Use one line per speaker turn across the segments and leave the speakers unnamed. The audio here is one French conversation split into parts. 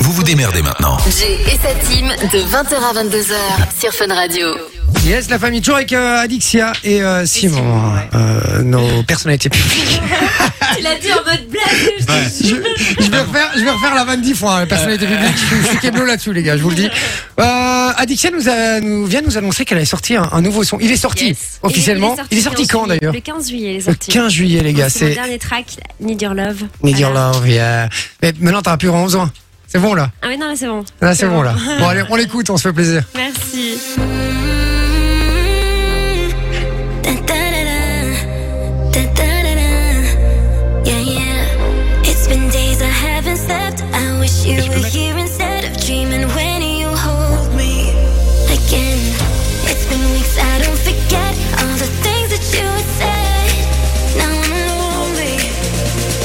vous vous démerdez maintenant.
Jay et sa team de 20h à 22h sur Fun Radio.
Yes, la famille, toujours avec euh, Alixia et euh, Simon,
Simon, ouais.
euh, nos personnalités publiques.
Il a dit en mode blague.
je, je vais refaire, je vais refaire la vanne dix fois, hein, la personnalité publique. Je suis keblo là-dessus, les gars, je vous le dis. Euh, Adixia nous, a- nous vient nous annoncer qu'elle allait sortir un, un nouveau son. Il est sorti
Yes.
officiellement. Il est sorti,
en
quand
juillet.
d'ailleurs
Le 15 juillet, il est
Le
sorti.
15 juillet, les gars.
C'est mon
C'est
dernier track, Need Your Love.
Need Your
Voilà.
Love, yeah. Mais maintenant, t'as plus vraiment besoin. C'est bon là.
Ah, mais non, là, c'est bon.
Là, c'est bon là. Bon, allez, on l'écoute, on se fait plaisir.
Merci.
Mm-hmm. It's been days I haven't slept. I wish you were here instead of dreaming when you hold me again. It's been weeks I don't forget all the things that you had said. Now I'm lonely.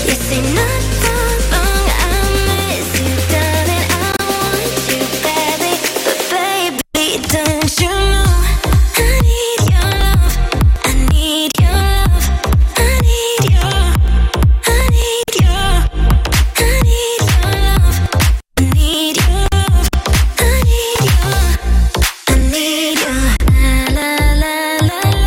You say not for long. I miss you, darling. I want you badly, but baby, don't you know I need your love? I need your love. I need your. I need your. I need your love. I need your love. I need your. I need your. La la la la la.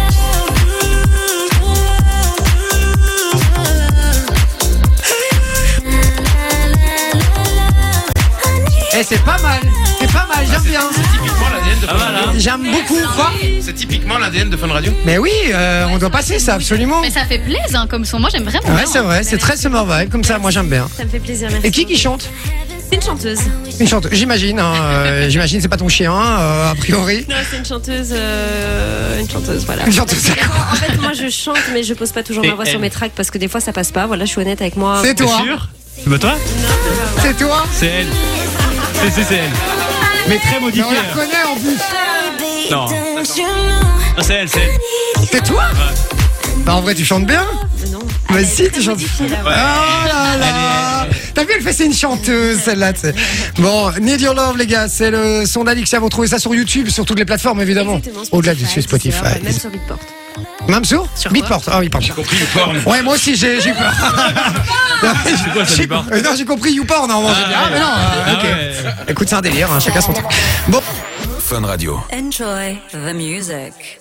Eh, c'est pas mal. C'est pas mal, j'aime bien.
Typiquement
Ah,
l'ADN de Fun Radio.
J'aime beaucoup. quoi.
C'est typiquement l'ADN de Fun Radio.
Mais oui, euh, on doit passer ça, absolument.
Mais ça fait plaisir hein, comme son. Moi, j'aime vraiment.
Ouais,
bien.
c'est vrai, c'est très summer vibe, comme ça, moi j'aime bien.
Ça me fait plaisir, merci.
Et qui qui chante
C'est une chanteuse.
Une chanteuse, j'imagine, hein, euh, j'imagine, c'est pas ton chien, euh, a priori.
Non, c'est une chanteuse. euh, une chanteuse, voilà.
Une chanteuse, c'est quoi
En fait, moi, je chante, mais je pose pas toujours ma voix sur mes tracks parce que des fois, ça passe pas. Voilà, je suis honnête avec moi.
C'est toi,
sûr C'est pas toi
c'est toi.
C'est elle. C'est- C'est c'est elle. Mais très
Mais on
modifiée.
la reconnaît en plus.
Non.
Don't you know?
Non, c'est elle, c'est elle.
C'est toi Bah en vrai, tu chantes bien.
Mais non.
Bah si, tu chantes.
modifiée, là,
Oh là là T'as vu, elle fait, c'est une chanteuse, celle-là, tu sais. Bon, Need Your Love, les gars, c'est le son d'Alixia. Vous trouvez ça sur YouTube, sur toutes les plateformes, évidemment.
Exactement, Spotify,
Au-delà du
Deezer,
Spotify.
Même sur Beatport.
Même sur
Sur quoi
Beatport. Ah oui, pardon.
Compris ou porn
Ouais, moi aussi, j'ai j'ai peur.
C'est quoi ça,
J'ai-
Beatport
euh, Non, j'ai compris YouPorn. en j'ai dit, Ah, mais non, euh,
Ah
ok.
ouais.
Écoute, c'est un délire, hein, chacun son truc. Bon.
Fun Radio.
Enjoy the music.